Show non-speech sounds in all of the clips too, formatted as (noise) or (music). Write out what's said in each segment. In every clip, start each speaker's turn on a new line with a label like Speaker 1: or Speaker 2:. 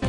Speaker 1: 蘭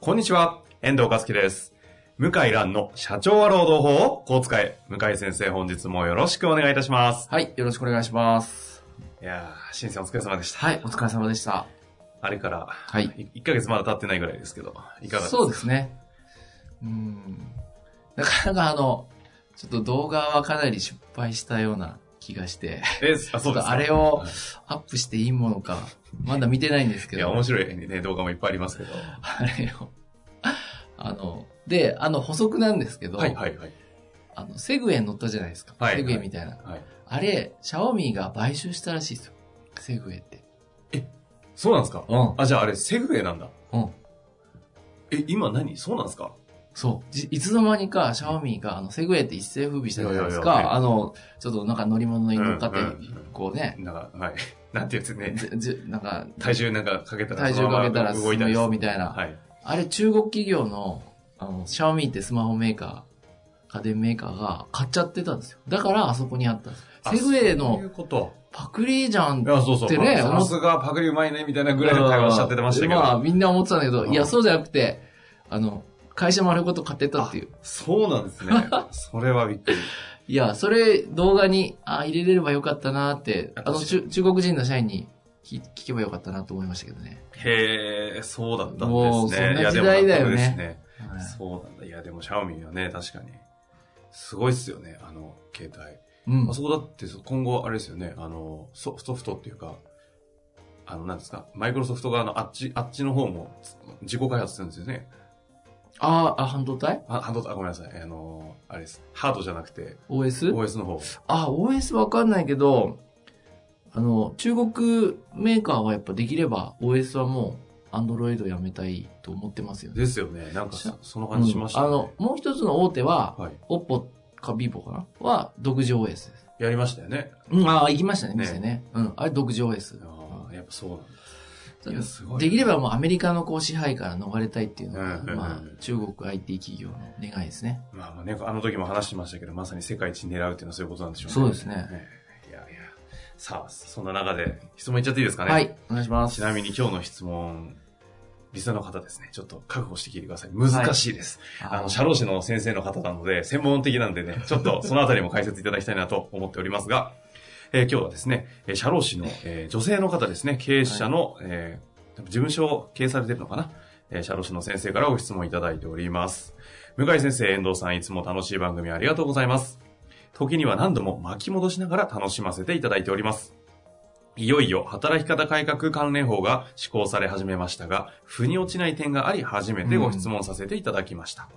Speaker 2: こんにちは、遠藤和樹です。向井蘭の社長は労働法をこう使え。向井先生、本日もよろしくお願いいたします。
Speaker 3: はい、よろしくお願いします。
Speaker 2: いやー、新鮮お疲れ様でした。
Speaker 3: はい、お疲れ様でした。
Speaker 2: あれから、
Speaker 3: はい
Speaker 2: 1ヶ月まだ経ってないぐらいですけど、いかがですか
Speaker 3: そうですね。うん。なかなかあの、ちょっと動画はかなり失敗したような気がして、
Speaker 2: です。あ、そうですか。
Speaker 3: ちょっとあれを
Speaker 2: はい
Speaker 3: アップしていいものか、まだ見てないんですけ
Speaker 2: い
Speaker 3: ど。
Speaker 2: や、面白いね、動画もいっぱいありますけど。は
Speaker 3: あれを。あの、で、あの補足なんですけど、
Speaker 2: い、はい、はい。
Speaker 3: あの、セグウェイに乗ったじゃないですか。
Speaker 2: はい
Speaker 3: セグウェイみたいな。
Speaker 2: はい、
Speaker 3: あれ、シャオミが買収したらしいですよ。セグウェイって。
Speaker 2: そうなんですか
Speaker 3: うん。
Speaker 2: あ、じゃああれ、セグウェイなんだ。
Speaker 3: うん。
Speaker 2: え、今何そうなんですか
Speaker 3: そう。じいつの間にか、シャオミが、あの、セグウェイって一世風靡したじゃないですか。
Speaker 2: いやいやいや
Speaker 3: あの、ちょっとなんか乗り物に乗っかって、
Speaker 2: うんうん
Speaker 3: こうね、
Speaker 2: なんか、はい。 (laughs) なんてやつね。
Speaker 3: ぜぜなんか、
Speaker 2: 体重なんかかけたら、
Speaker 3: 体重かけたら進むよ、みたいな。
Speaker 2: はい。
Speaker 3: あれ、中国企業の、あの、シャオミってスマホメーカー、家電メーカーが買っちゃってたんですよ。だから、あそこにあったんです。
Speaker 2: あ
Speaker 3: セグウェイ
Speaker 2: そうい
Speaker 3: の
Speaker 2: うこと。
Speaker 3: パクリじゃん
Speaker 2: いや、そうそう。
Speaker 3: ってね
Speaker 2: まあ
Speaker 3: 思
Speaker 2: さ
Speaker 3: っ
Speaker 2: すがパクリうまいね、みたいなぐらいの会話しちゃってましたけど。
Speaker 3: まあ、みんな思ってたんだけど、
Speaker 2: うん
Speaker 3: いや、そうじゃなくて、あの、会社丸ごと買ってったっていう。
Speaker 2: そうなんですね。 (laughs) それはびっくり。
Speaker 3: いや、それ動画に、あ、入れれればよかったなって、あの、
Speaker 2: 確か
Speaker 3: 中中国人の社員に聞聞けばよかったなと思いましたけどね。
Speaker 2: へえ、そうだったん
Speaker 3: もう
Speaker 2: です
Speaker 3: そ
Speaker 2: ね。
Speaker 3: ん
Speaker 2: いや
Speaker 3: な
Speaker 2: で
Speaker 3: 時
Speaker 2: も
Speaker 3: 代だよ
Speaker 2: 納
Speaker 3: ね
Speaker 2: 得ですね。
Speaker 3: はい
Speaker 2: そうなんだ。いや、でもシャオミはね、確かに。すごいっすよね、あの、携
Speaker 3: うん
Speaker 2: 帯。あそこだって、そ今後、あれですよね、あの、ソソフトっていうか、あの、なんですか、マイクロソフト側のあっち、あっちの方も、自己開発するんですよね。
Speaker 3: ああ、半導体
Speaker 2: あ、ハンドあ、ごめんなさい。あの、あれです。ハードじゃなくて、
Speaker 3: ?OS?
Speaker 2: OS の方。
Speaker 3: あ、OS わかんないけど、あの、中国メーカーはやっぱできれば OS はもう Android をやめたいと思ってますよね。
Speaker 2: ですよね。なんかそ、その感じしました、
Speaker 3: う
Speaker 2: ね
Speaker 3: んあの、もう一つの大手は、
Speaker 2: はい。
Speaker 3: OPPO か vivo かなは独自 OS です。
Speaker 2: やりましたよね。
Speaker 3: うん、ああ、行きましたね、
Speaker 2: ね
Speaker 3: 店ね。うん、あれ独自 OS。
Speaker 2: ああ、やっぱそうなんだ。
Speaker 3: うん
Speaker 2: いやすごい
Speaker 3: できればもうアメリカのこう支配から逃れたいっていうのが、
Speaker 2: うんうんうん
Speaker 3: まあ、中国 IT 企業の願いですね。
Speaker 2: まあまあね、あの時も話してましたけど、まさに世界一狙うっていうのはそういうことなんでしょうね。
Speaker 3: そうですね。
Speaker 2: ええいやいや。さあ、そんな中で質問いっちゃっていいですかね。
Speaker 3: は。い、お願いします。
Speaker 2: ちなみに今日の質問、リスナーの方ですね、ちょっと覚悟して聞いてください。難しいです。あの、社労士の先生の方なので、専門的なんでね、ちょっとそのあたりも解説いただきたいなと思っておりますが、 (laughs) えー今日はですね、えー社労士の、えー女性の方ですね、経営者の、えー多分事務所を経営されてるのかな、えー社労士の先生からご質問いただいております。向井先生、遠藤さん、いつも楽しい番組ありがとうございます。時には何度も巻き戻しながら楽しませていただいております。いよいよ働き方改革関連法が施行され始めましたが、腑に落ちない点があり、初めてご質問させていただきました。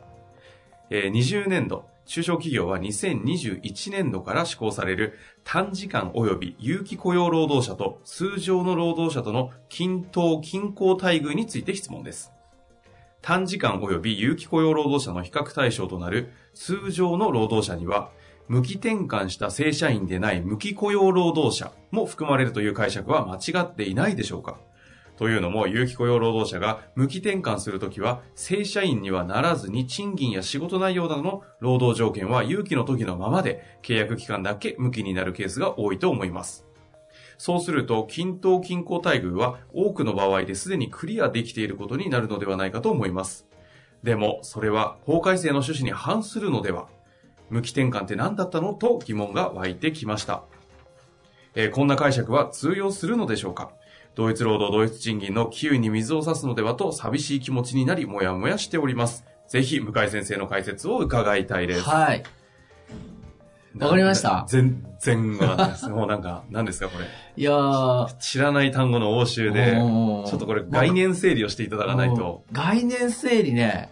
Speaker 2: えー20年度、中小企業は2021年度から施行される短時間及び有期雇用労働者と通常の労働者との均等均衡待遇について質問です。短時間及び有期雇用労働者の比較対象となる通常の労働者には、無期転換した正社員でない無期雇用労働者も含まれるという解釈は間違っていないでしょうかというのも、有期雇用労働者が無期転換するときは、正社員にはならずに賃金や仕事内容などの労働条件は有期の時のままで、契約期間だけ無期になるケースが多いと思います。そうすると、均等均衡待遇は多くの場合ですでにクリアできていることになるのではないかと思います。でも、それは法改正の趣旨に反するのでは無期転換って何だったのと疑問が湧いてきました。えーこんな解釈は通用するのでしょうか同一労働同一賃金の機運に水を差すのではと寂しい気持ちになり、もやもやしております。ぜひ、向井先生の解説を伺いたいです。
Speaker 3: はい。わかりました
Speaker 2: な全然わかんないです。もうなんか、何ですかこれ。
Speaker 3: いやー、
Speaker 2: 知らない単語の応酬で、
Speaker 3: おー
Speaker 2: ちょっとこれ概念整理をしていただかないと。。
Speaker 3: 概念整理ね、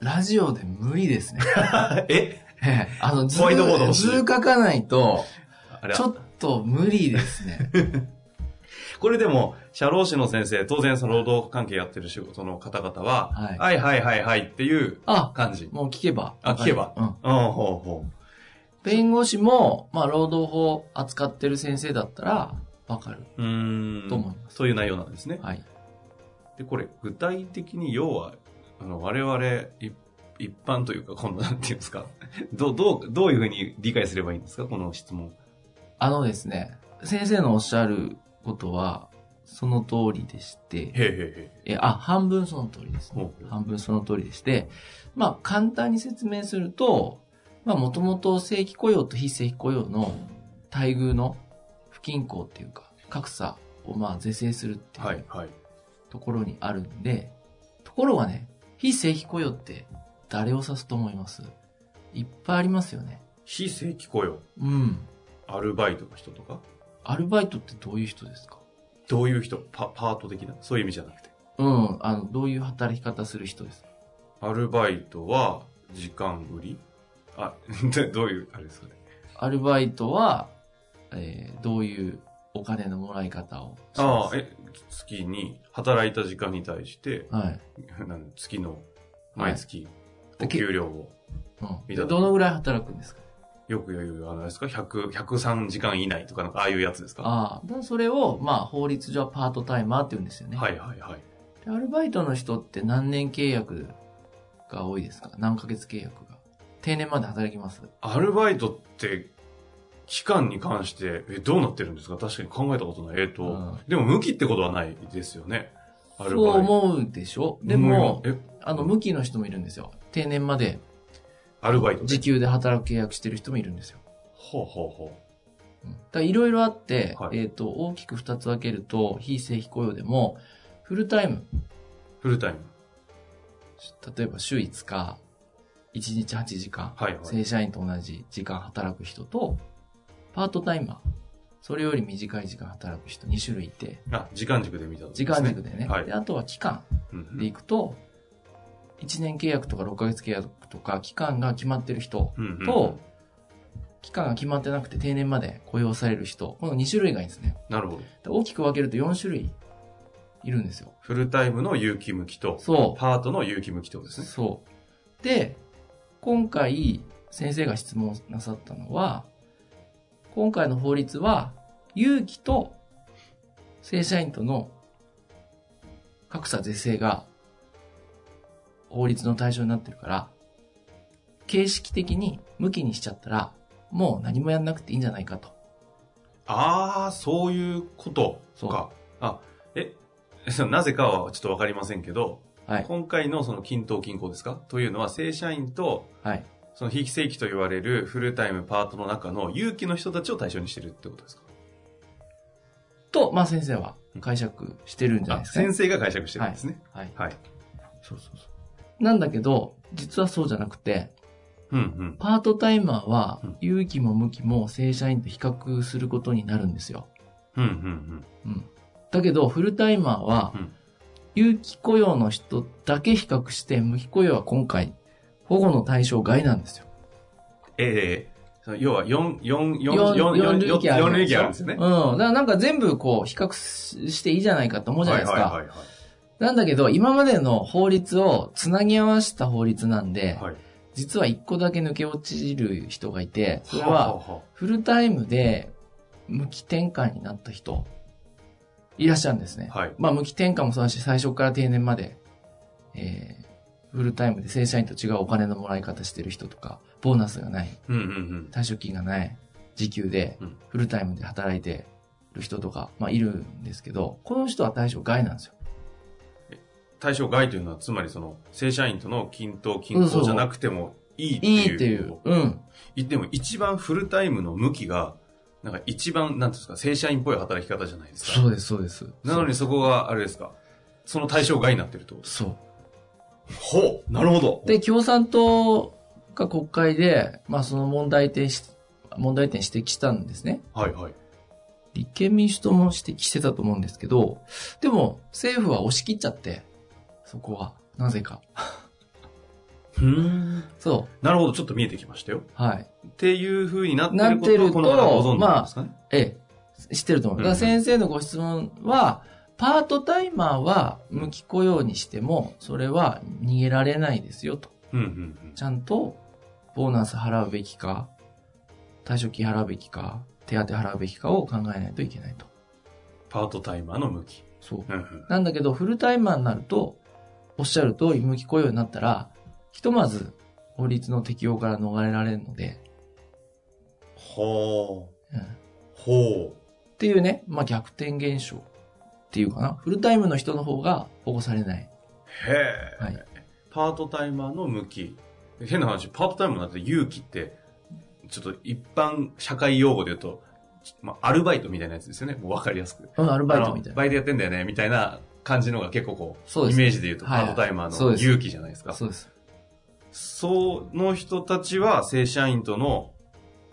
Speaker 3: ラジオで無理です (laughs) ね。
Speaker 2: (laughs) え
Speaker 3: ええあの、図、
Speaker 2: ホワイトボード欲しい
Speaker 3: 図書かないと、
Speaker 2: あれ
Speaker 3: (laughs) ちょっと無理ですね。
Speaker 2: これでも、社労士の先生、当然その労働関係やってる仕事の方々は、
Speaker 3: はい
Speaker 2: はいはいはいはいっていう
Speaker 3: あ、
Speaker 2: 感じ。うん、
Speaker 3: もう聞けば。
Speaker 2: あ聞けば
Speaker 3: うん。
Speaker 2: ほうほう。
Speaker 3: 弁護士も、まあ、労働法扱ってる先生だったら、わかる
Speaker 2: うーん
Speaker 3: と思います。
Speaker 2: そういう内容なんですね。
Speaker 3: はい。
Speaker 2: で、これ、具体的に要は、あの、我々、い一般というか、この、なんていうんですか、 (laughs) どう、どう、どういうふうに理解すればいいんですかこの質問。
Speaker 3: あのですね、先生のおっしゃることは、その通りでして、
Speaker 2: へえへ
Speaker 3: え、あ、半分その通りです
Speaker 2: ほ
Speaker 3: ね。
Speaker 2: うほう
Speaker 3: 半分その通りでして、まあ、簡単に説明すると、まあ、もともと正規雇用と非正規雇用の待遇の不均衡っていうか、格差をまあ、是正するっ
Speaker 2: え
Speaker 3: ていう。
Speaker 2: はい、はい。
Speaker 3: ところにあるんで、ところがね、非正規雇用って誰を指すと思いますいっぱいありますよね。
Speaker 2: 非正規雇用、
Speaker 3: うん。
Speaker 2: アルバイトの人とか、
Speaker 3: アルバイトってどういう人ですか
Speaker 2: どういう人パ、パート的な、そういう意味じゃなくて。
Speaker 3: うん。あの、どういう働き方する人ですか
Speaker 2: アルバイトは、時間売りあ、 (laughs) でどういう、あれですかね。
Speaker 3: アルバイトは、えーどういうお金のもらい方をし
Speaker 2: あ
Speaker 3: ます
Speaker 2: あ、え、月に、働いた時間に対して、 (laughs)
Speaker 3: はい。
Speaker 2: なん月の、毎月、お給料を、
Speaker 3: うん。
Speaker 2: 見
Speaker 3: で
Speaker 2: た
Speaker 3: どのぐらい働くんですか
Speaker 2: よく言う、あの、あれですか、100、103時間以内とか、なんか、ああいうやつですか
Speaker 3: ああ。だからそれを、まあ、法律上はパートタイマーって言うんですよね。
Speaker 2: はいはいはい。
Speaker 3: でアルバイトの人って何年契約が多いですか何ヶ月契約が定年まで働きます
Speaker 2: アルバイトって、期間に関して、え、どうなってるんですか確かに考えたことない。えっ、と、
Speaker 3: うん
Speaker 2: でも、向きってことはないですよね。アルバイト。
Speaker 3: そう思うでしょで
Speaker 2: 思
Speaker 3: も
Speaker 2: い、ますえ、
Speaker 3: あの、無期の人もいるんですよ。定年まで
Speaker 2: アルバイトで。
Speaker 3: 時給で働く契約してる人もいるんですよ。
Speaker 2: ほうほうほう。
Speaker 3: うんだからいろいろあって、
Speaker 2: はい
Speaker 3: えっ、と、大きく2つ分けると、非正規雇用でも、フルタイム、
Speaker 2: フルタイム。
Speaker 3: 例えば週5日、1日8時間、
Speaker 2: はいはい。
Speaker 3: 正社員と同じ時間働く人と、パートタイマー、それより短い時間働く人2種類いて、
Speaker 2: あ、時間軸で見たとこ
Speaker 3: 時
Speaker 2: ろです
Speaker 3: 間
Speaker 2: ね
Speaker 3: 軸でね。
Speaker 2: はい
Speaker 3: であとは期間
Speaker 2: うん
Speaker 3: でいくと、1年契約とか6ヶ月契約とか、期間が決まってる人
Speaker 2: うんうん
Speaker 3: と、期間が決まってなくて定年まで雇用される人、この2種類がいいんですね。
Speaker 2: なるほど。
Speaker 3: で大きく分けると4種類いるんですよ。
Speaker 2: フルタイムの有機向きと、
Speaker 3: そ
Speaker 2: パートの有機向きってことで
Speaker 3: う。
Speaker 2: すね。
Speaker 3: そう。で、今回先生が質問なさったのは、今回の法律は、有期と正社員との格差是正が法律の対象になってるから、形式的に無期にしちゃったら、もう何もやんなくていいんじゃないかと。
Speaker 2: ああ、そういうことか。あ、え、 (laughs) なぜかはちょっとわかりませんけど、
Speaker 3: はい。
Speaker 2: 今回のその均等均衡ですかというのは正社員と
Speaker 3: はい。
Speaker 2: その非正規と言われるフルタイムパートの中の有機の人たちを対象にしてるってことですか
Speaker 3: と、まあ先生は解釈してるんじゃ
Speaker 2: あ
Speaker 3: ないですかね、
Speaker 2: 先生が解釈してるんですね。
Speaker 3: はい。
Speaker 2: はい。
Speaker 3: そうそうそう。なんだけど、実はそうじゃなくて、
Speaker 2: うんうん。
Speaker 3: パートタイマーは
Speaker 2: うん、
Speaker 3: 有期も無期も正社員と比較することになるんですよ。
Speaker 2: うんうん
Speaker 3: うん。だけど、フルタイマーは
Speaker 2: うん、
Speaker 3: 有期雇用の人だけ比較して、無期雇用は今回、保護の対象外なんですよ。
Speaker 2: うん。ええその要は4、4、4、4、
Speaker 3: 類型
Speaker 2: 4類
Speaker 3: でしょ
Speaker 2: 型あるんですよね。
Speaker 3: うん。だからなんか全部こう、比較ししていいじゃないかと思うじゃないですか。
Speaker 2: はいはいはい
Speaker 3: なんだけど、今までの法律をつなぎ合わせた法律なんで、
Speaker 2: はい。はい。
Speaker 3: 実は一個だけ抜け落ちる人がいて、それは、
Speaker 2: は
Speaker 3: フルタイムで無期転換になった人、いらっしゃるんですね
Speaker 2: あ。はあはい。
Speaker 3: まあ、無期転換もそうだし、最初から定年まで、えー、フルタイムで正社員と違うお金のもらい方してる人とか、ボーナスがない、
Speaker 2: うんうんうん。
Speaker 3: 退職金がない、時給で
Speaker 2: うん、
Speaker 3: フルタイムで働いてる人とか、まあ、いるんですけど、この人は対象外なんですよ。
Speaker 2: 対象外というのは、つまりその、正社員との均等均衡じゃなくてもいいっていう。
Speaker 3: いいっていう。うん。
Speaker 2: いでも一番フルタイムの向きが、なんか一番、なんていうんですか、正社員っぽい働き方じゃないですか。
Speaker 3: そうです、そうです。
Speaker 2: なのにそこが、あれですか、その対象外になってるってことです。
Speaker 3: そう。
Speaker 2: ほうなるほど
Speaker 3: で、共産党が国会で、まあその問題点し、問題点指摘したんですね。
Speaker 2: はいはい。
Speaker 3: 立憲民主党も指摘してたと思うんですけど、でも政府は押し切っちゃって、そこは、なぜか。
Speaker 2: うん。
Speaker 3: そ
Speaker 2: なるほど、ちょっと見えてきましたよ。
Speaker 3: う。はい。
Speaker 2: っていう風になって
Speaker 3: な
Speaker 2: る
Speaker 3: っ
Speaker 2: こ
Speaker 3: て
Speaker 2: と
Speaker 3: る
Speaker 2: を
Speaker 3: と
Speaker 2: この方はご存知なんですかね。
Speaker 3: ええ。知ってると思う。だか
Speaker 2: うん
Speaker 3: ら
Speaker 2: うん
Speaker 3: 先生のご質問は、パートタイマーは無期雇用にしても、それは逃げられないですよと。
Speaker 2: うんうんうん
Speaker 3: ちゃんと、ボーナス払うべきか、退職金払うべきか、手当払うべきかを考えないといけないと。
Speaker 2: パートタイマーの向き。
Speaker 3: そう。
Speaker 2: うんうん
Speaker 3: なんだけど、フルタイマーになると、おっしゃる通り無期雇用になったら、ひとまず法律の適用から逃れられるので、
Speaker 2: ほ
Speaker 3: うんっ
Speaker 2: う。ほ
Speaker 3: ていうね、まあ逆転現象っていうかな。フルタイムの人の方が保護されない。
Speaker 2: う。へえ。
Speaker 3: はい
Speaker 2: パートタイマーの向き。変な話、パートタイマーなんて勇気って、ちょっと一般社会用語で言うと、ちまあ、アルバイトみたいなやつですよね。もうわかりやすく。
Speaker 3: うん、アルバイ
Speaker 2: あ
Speaker 3: トみた
Speaker 2: の
Speaker 3: いな。
Speaker 2: バイトやってんだよね、みたいな感じのが結構こ
Speaker 3: そう
Speaker 2: う、
Speaker 3: で
Speaker 2: イ
Speaker 3: す。
Speaker 2: メージで言うとパ
Speaker 3: はい
Speaker 2: ートタイマー
Speaker 3: そう
Speaker 2: の
Speaker 3: です
Speaker 2: 勇気じゃないですか。
Speaker 3: そうです。
Speaker 2: その人たちは正社員との、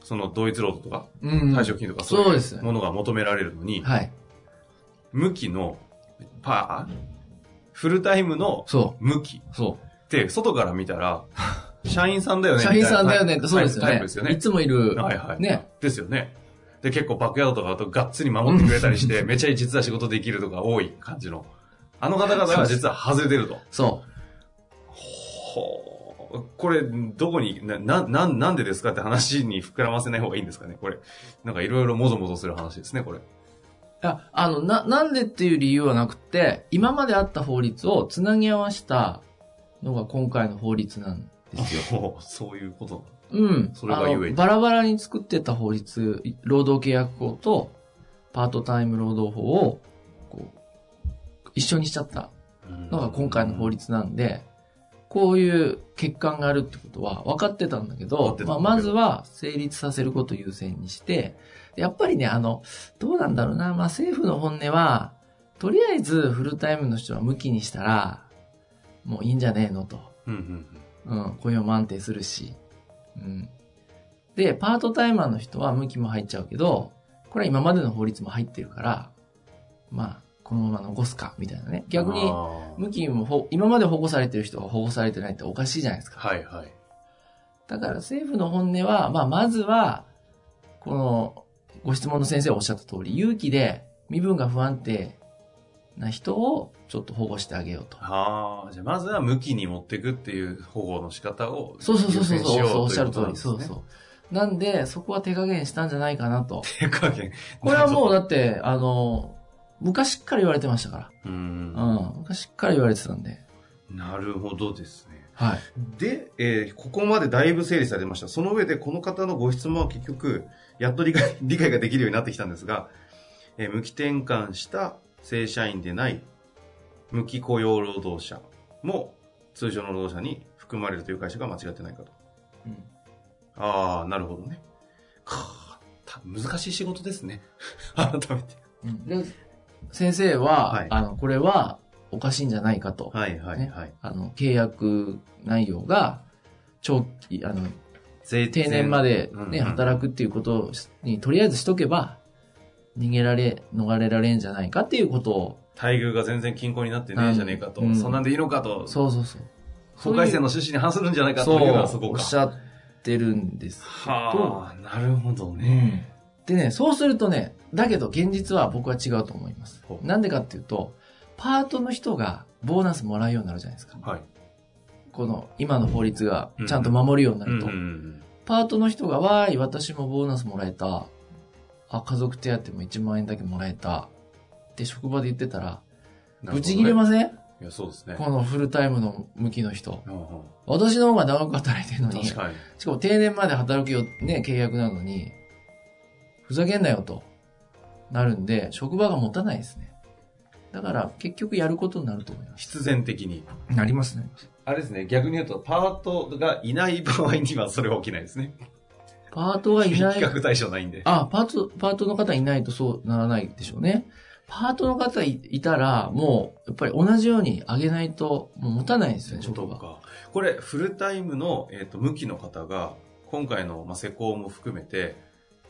Speaker 2: その同一労働とか、
Speaker 3: うん。
Speaker 2: 退職金とか
Speaker 3: そう
Speaker 2: そうい
Speaker 3: です
Speaker 2: うものが求められるのに、
Speaker 3: はい。
Speaker 2: 向きの、パー、フルタイムの
Speaker 3: そ
Speaker 2: 向き
Speaker 3: う。そ
Speaker 2: って、外から見た
Speaker 3: (laughs)
Speaker 2: ら、社員さんだよ
Speaker 3: う。
Speaker 2: ねみ
Speaker 3: 社
Speaker 2: たい
Speaker 3: 員
Speaker 2: な。
Speaker 3: さんだよねって、そうですよ
Speaker 2: タイ
Speaker 3: ね
Speaker 2: プですよ。
Speaker 3: い
Speaker 2: ね。
Speaker 3: つもいる。
Speaker 2: はいはい。
Speaker 3: ね。
Speaker 2: ですよね。で、結構バックヤードとかだとがっつり守ってくれたりして、めちゃ実は仕事できるとか多い感じの。あの方々が実は外れてると。
Speaker 3: そ
Speaker 2: ほう。これ、どこに、な、な、ななんでですかって話に膨らませない方がいいんですかねこれ。なんかいろいろもぞもぞする話ですね、これ。 (laughs)
Speaker 3: う。ああの、な、なんでっていう理由はなくて、今まであった法律をつなぎ合わしたのが今回の法律なんですよ。
Speaker 2: ほうそういうこと。
Speaker 3: うん。
Speaker 2: それが故に
Speaker 3: あのバラバラに作ってた法律、労働契約法とパートタイム労働法を、こう、一緒にしちゃったのが今回の法。律なんで、こういう欠陥があるってことは分かってたんだけ
Speaker 2: 分かっ
Speaker 3: ど
Speaker 2: て、た
Speaker 3: まあ、まずは成立させることを優先にして、でやっぱりね、あの、どうなんだろうな、まあ、政府の本音は、とりあえずフルタイムの人は向きにしたら、もういいんじゃねえのと。
Speaker 2: うんうん
Speaker 3: うん、雇用も安定するし。うん。で、パートタイマーの人は向きも入っちゃうけど、これは今までの法律も入ってるから、まあ、このまま残すか、みたいなね。逆に、
Speaker 2: に。
Speaker 3: 向きもほ今まで保護されてる人が保護されてないっておかしいじゃないですか。
Speaker 2: はいはい。
Speaker 3: だから政府の本音は、まあ、まずは、この、ご質問の先生がおっしゃった通り、勇気で身分が不安定な人をちょっと保護してあげようと。
Speaker 2: ああ、じゃあまずは向きに持っていくっていう保護の仕方を
Speaker 3: そうそうそうそう
Speaker 2: 優先
Speaker 3: そ
Speaker 2: し
Speaker 3: う
Speaker 2: よ
Speaker 3: そう、おっ
Speaker 2: とい
Speaker 3: しゃる
Speaker 2: こ
Speaker 3: 通
Speaker 2: となん
Speaker 3: り。
Speaker 2: ですね
Speaker 3: そうそう。なんで、そこは手加減したんじゃないかな
Speaker 2: (laughs)
Speaker 3: と。
Speaker 2: 手加減。
Speaker 3: これはもうだ
Speaker 2: う、
Speaker 3: って、あの、昔っから言われてましたか
Speaker 2: うん
Speaker 3: ら。うん。昔っから言われてたんで。
Speaker 2: なるほどですね。
Speaker 3: はい。
Speaker 2: で、えーここまでだいぶ整理されました。その上で、この方のご質問は結局、やっと理解、 (laughs) 理解ができるようになってきたんですが、えー無期転換した正社員でない無期雇用労働者も通常の労働者に含まれるという会社が間違ってないかと。
Speaker 3: うん
Speaker 2: ああ、なるほどね。かーた難しい仕事ですね。 (laughs) 改めて。
Speaker 3: うんで先生は、
Speaker 2: はい
Speaker 3: あの、これはおかしいんじゃないかと。
Speaker 2: はいはいはい。
Speaker 3: あの、契約内容が、長期、あの、
Speaker 2: 定
Speaker 3: 定年ま
Speaker 2: で。
Speaker 3: で
Speaker 2: うんう
Speaker 3: ね、
Speaker 2: ん
Speaker 3: 働くっていうことに、とりあえずしとけば、逃げられ、逃れられんじゃないかっていうことを、
Speaker 2: 待遇が全然均衡になってねえじゃねえかと。
Speaker 3: うん
Speaker 2: そんなんでいいのかと。
Speaker 3: そうそうそう。
Speaker 2: 法改正の趣旨に反するんじゃないかと
Speaker 3: そう
Speaker 2: いうのはそこ
Speaker 3: おっ
Speaker 2: か。
Speaker 3: しゃってるんですけど、
Speaker 2: はあ、なるほど
Speaker 3: う
Speaker 2: ね。
Speaker 3: んでね、そうするとね、だけど現実は僕は違うと思います
Speaker 2: ほ。う
Speaker 3: なんでかっていうと、パートの人がボーナスもらうようになるじゃないですか。
Speaker 2: はい。
Speaker 3: この今の法律がちゃんと守るようになると。パートの人が、わーい、私もボーナスもらえた。あ、家族手当も1万円だけもらえた。って職場で言ってたら、ブチ切れ
Speaker 2: す。
Speaker 3: ません、
Speaker 2: いや、そうですね。
Speaker 3: このフルタイムの向きの人。
Speaker 2: うんうん
Speaker 3: 私の方が長く働いてるのに。
Speaker 2: 確かに。
Speaker 3: しかも定年まで働くよ、ね、契約なのに、ふざけんなよと、なるんで、職場が持たないですね。だから、結局やることになると思います。
Speaker 2: 必然的に。
Speaker 3: なりますね。
Speaker 2: あれですね、逆に言うと、パートがいない場合にはそれは起きないですね。
Speaker 3: パートがい
Speaker 2: 比
Speaker 3: ない。
Speaker 2: 較対象ないんで。
Speaker 3: あ、パート、パートの方いないとそうならないでしょうね。パートの方いいたら、もう、やっぱり同じように上げないと、もう持たないですよね、職
Speaker 2: そう
Speaker 3: 場。
Speaker 2: か。これ、フルタイムの、えっ、と、向きの方が、今回の、まあ、施工も含めて、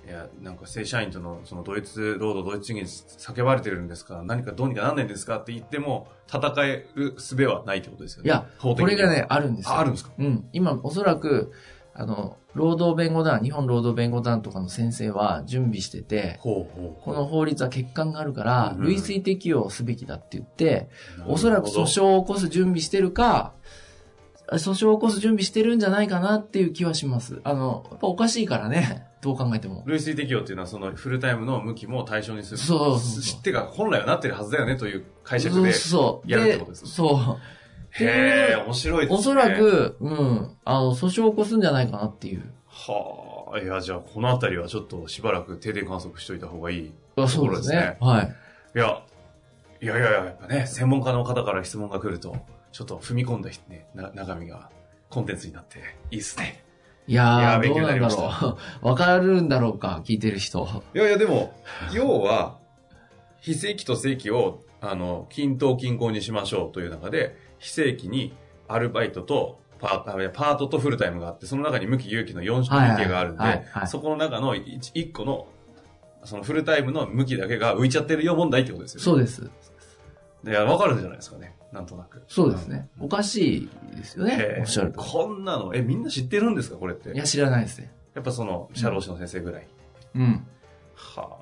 Speaker 2: いや、なんか正社員との、その、ドイツ労働、ドイツ賃金叫ばれてるんですから、何かどうにかなんないんですかって言っても、戦える術はないってことですよね。
Speaker 3: いや、
Speaker 2: 法的
Speaker 3: こ
Speaker 2: に
Speaker 3: れがね、あるんですよ。
Speaker 2: ああるんですか
Speaker 3: うん。今、おそらく、あの、労働弁護団、日本労働弁護団とかの先生は準備してて、
Speaker 2: ほうほう。
Speaker 3: この法律は欠陥があるから、
Speaker 2: うん
Speaker 3: 類推適用すべきだって言って、
Speaker 2: なるほど
Speaker 3: おそらく訴。訟を起こす準備してるか、訴訟を起こす準備してるんじゃないかなっていう気はします。あの、やっぱおかしいからね、どう考えても。
Speaker 2: 類推適用っていうのは、そのフルタイムの向きも対象にする。
Speaker 3: そうそうそう
Speaker 2: 知ってか、本来はなってるはずだよねという解釈
Speaker 3: そう
Speaker 2: で。
Speaker 3: そう。
Speaker 2: やるってことですね
Speaker 3: そう。
Speaker 2: へえ、面白いですね。
Speaker 3: おそら。く、うん、あの、訴訟を起こすんじゃないかなっていう。
Speaker 2: はあ、いや、じゃあ、このあたりはちょっとしばらく定点観測しといた方がいい。い
Speaker 3: あ
Speaker 2: そうですね
Speaker 3: はい。
Speaker 2: や、いやいやいや、やっぱね、専門家の方から質問が来ると、ちょっと踏み込んだ、ね、な中身がコンテンツになって、いいっすね。
Speaker 3: いや
Speaker 2: いやー
Speaker 3: ー、
Speaker 2: 勉
Speaker 3: ど
Speaker 2: 強にな
Speaker 3: うな
Speaker 2: り
Speaker 3: ん
Speaker 2: ま
Speaker 3: だ
Speaker 2: した
Speaker 3: ろう。 (laughs) わかるんだろうか、聞いてる人。
Speaker 2: いやいや、でも、要は、非正規と正規を、あの、均等均衡にしましょうという中で、非正規にアルバイトとパート、あいやパートとフルタイムがあって、その中に向き有期の4
Speaker 3: はい
Speaker 2: 種類があるん
Speaker 3: はいはい
Speaker 2: で
Speaker 3: は、い
Speaker 2: そこの中の 1, 個の、そのフルタイムの向きだけが浮いちゃってるよ問題ってことですよね。
Speaker 3: そうです。
Speaker 2: いや、わかるんじゃないですかね。なんとなく。
Speaker 3: そうですね。おかしいですよね
Speaker 2: え。
Speaker 3: おっしゃると。
Speaker 2: こんなの、え、みんな知ってるんですかこれって。
Speaker 3: いや、
Speaker 2: や
Speaker 3: 知らないですね。
Speaker 2: っぱその、社労士の先生ぐらい。
Speaker 3: うん。
Speaker 2: は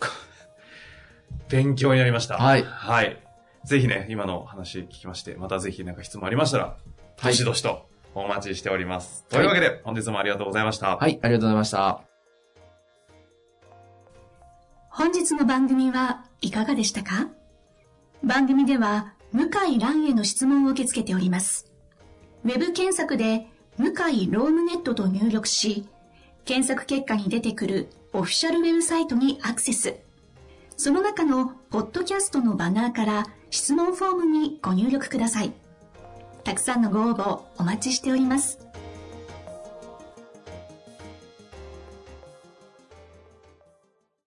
Speaker 2: あ。 (laughs) 勉強になりました。
Speaker 3: はい
Speaker 2: はい。ぜひね、今の話聞きまして、またぜひなんか質問ありましたら、
Speaker 3: は
Speaker 2: ど
Speaker 3: い
Speaker 2: しどしとお待ちしております。
Speaker 3: はい
Speaker 2: というわけで、本日もありがとうございました。
Speaker 3: はい、ありがとうございました。
Speaker 4: 本日の番組はいかがでしたか番組では向井蘭への質問を受け付けております。ウェブ検索で向井ロームネットと入力し、検索結果に出てくるオフィシャルウェブサイトにアクセス。その中のポッドキャストのバナーから質問フォームにご入力ください。たくさんのご応募お待ちしております。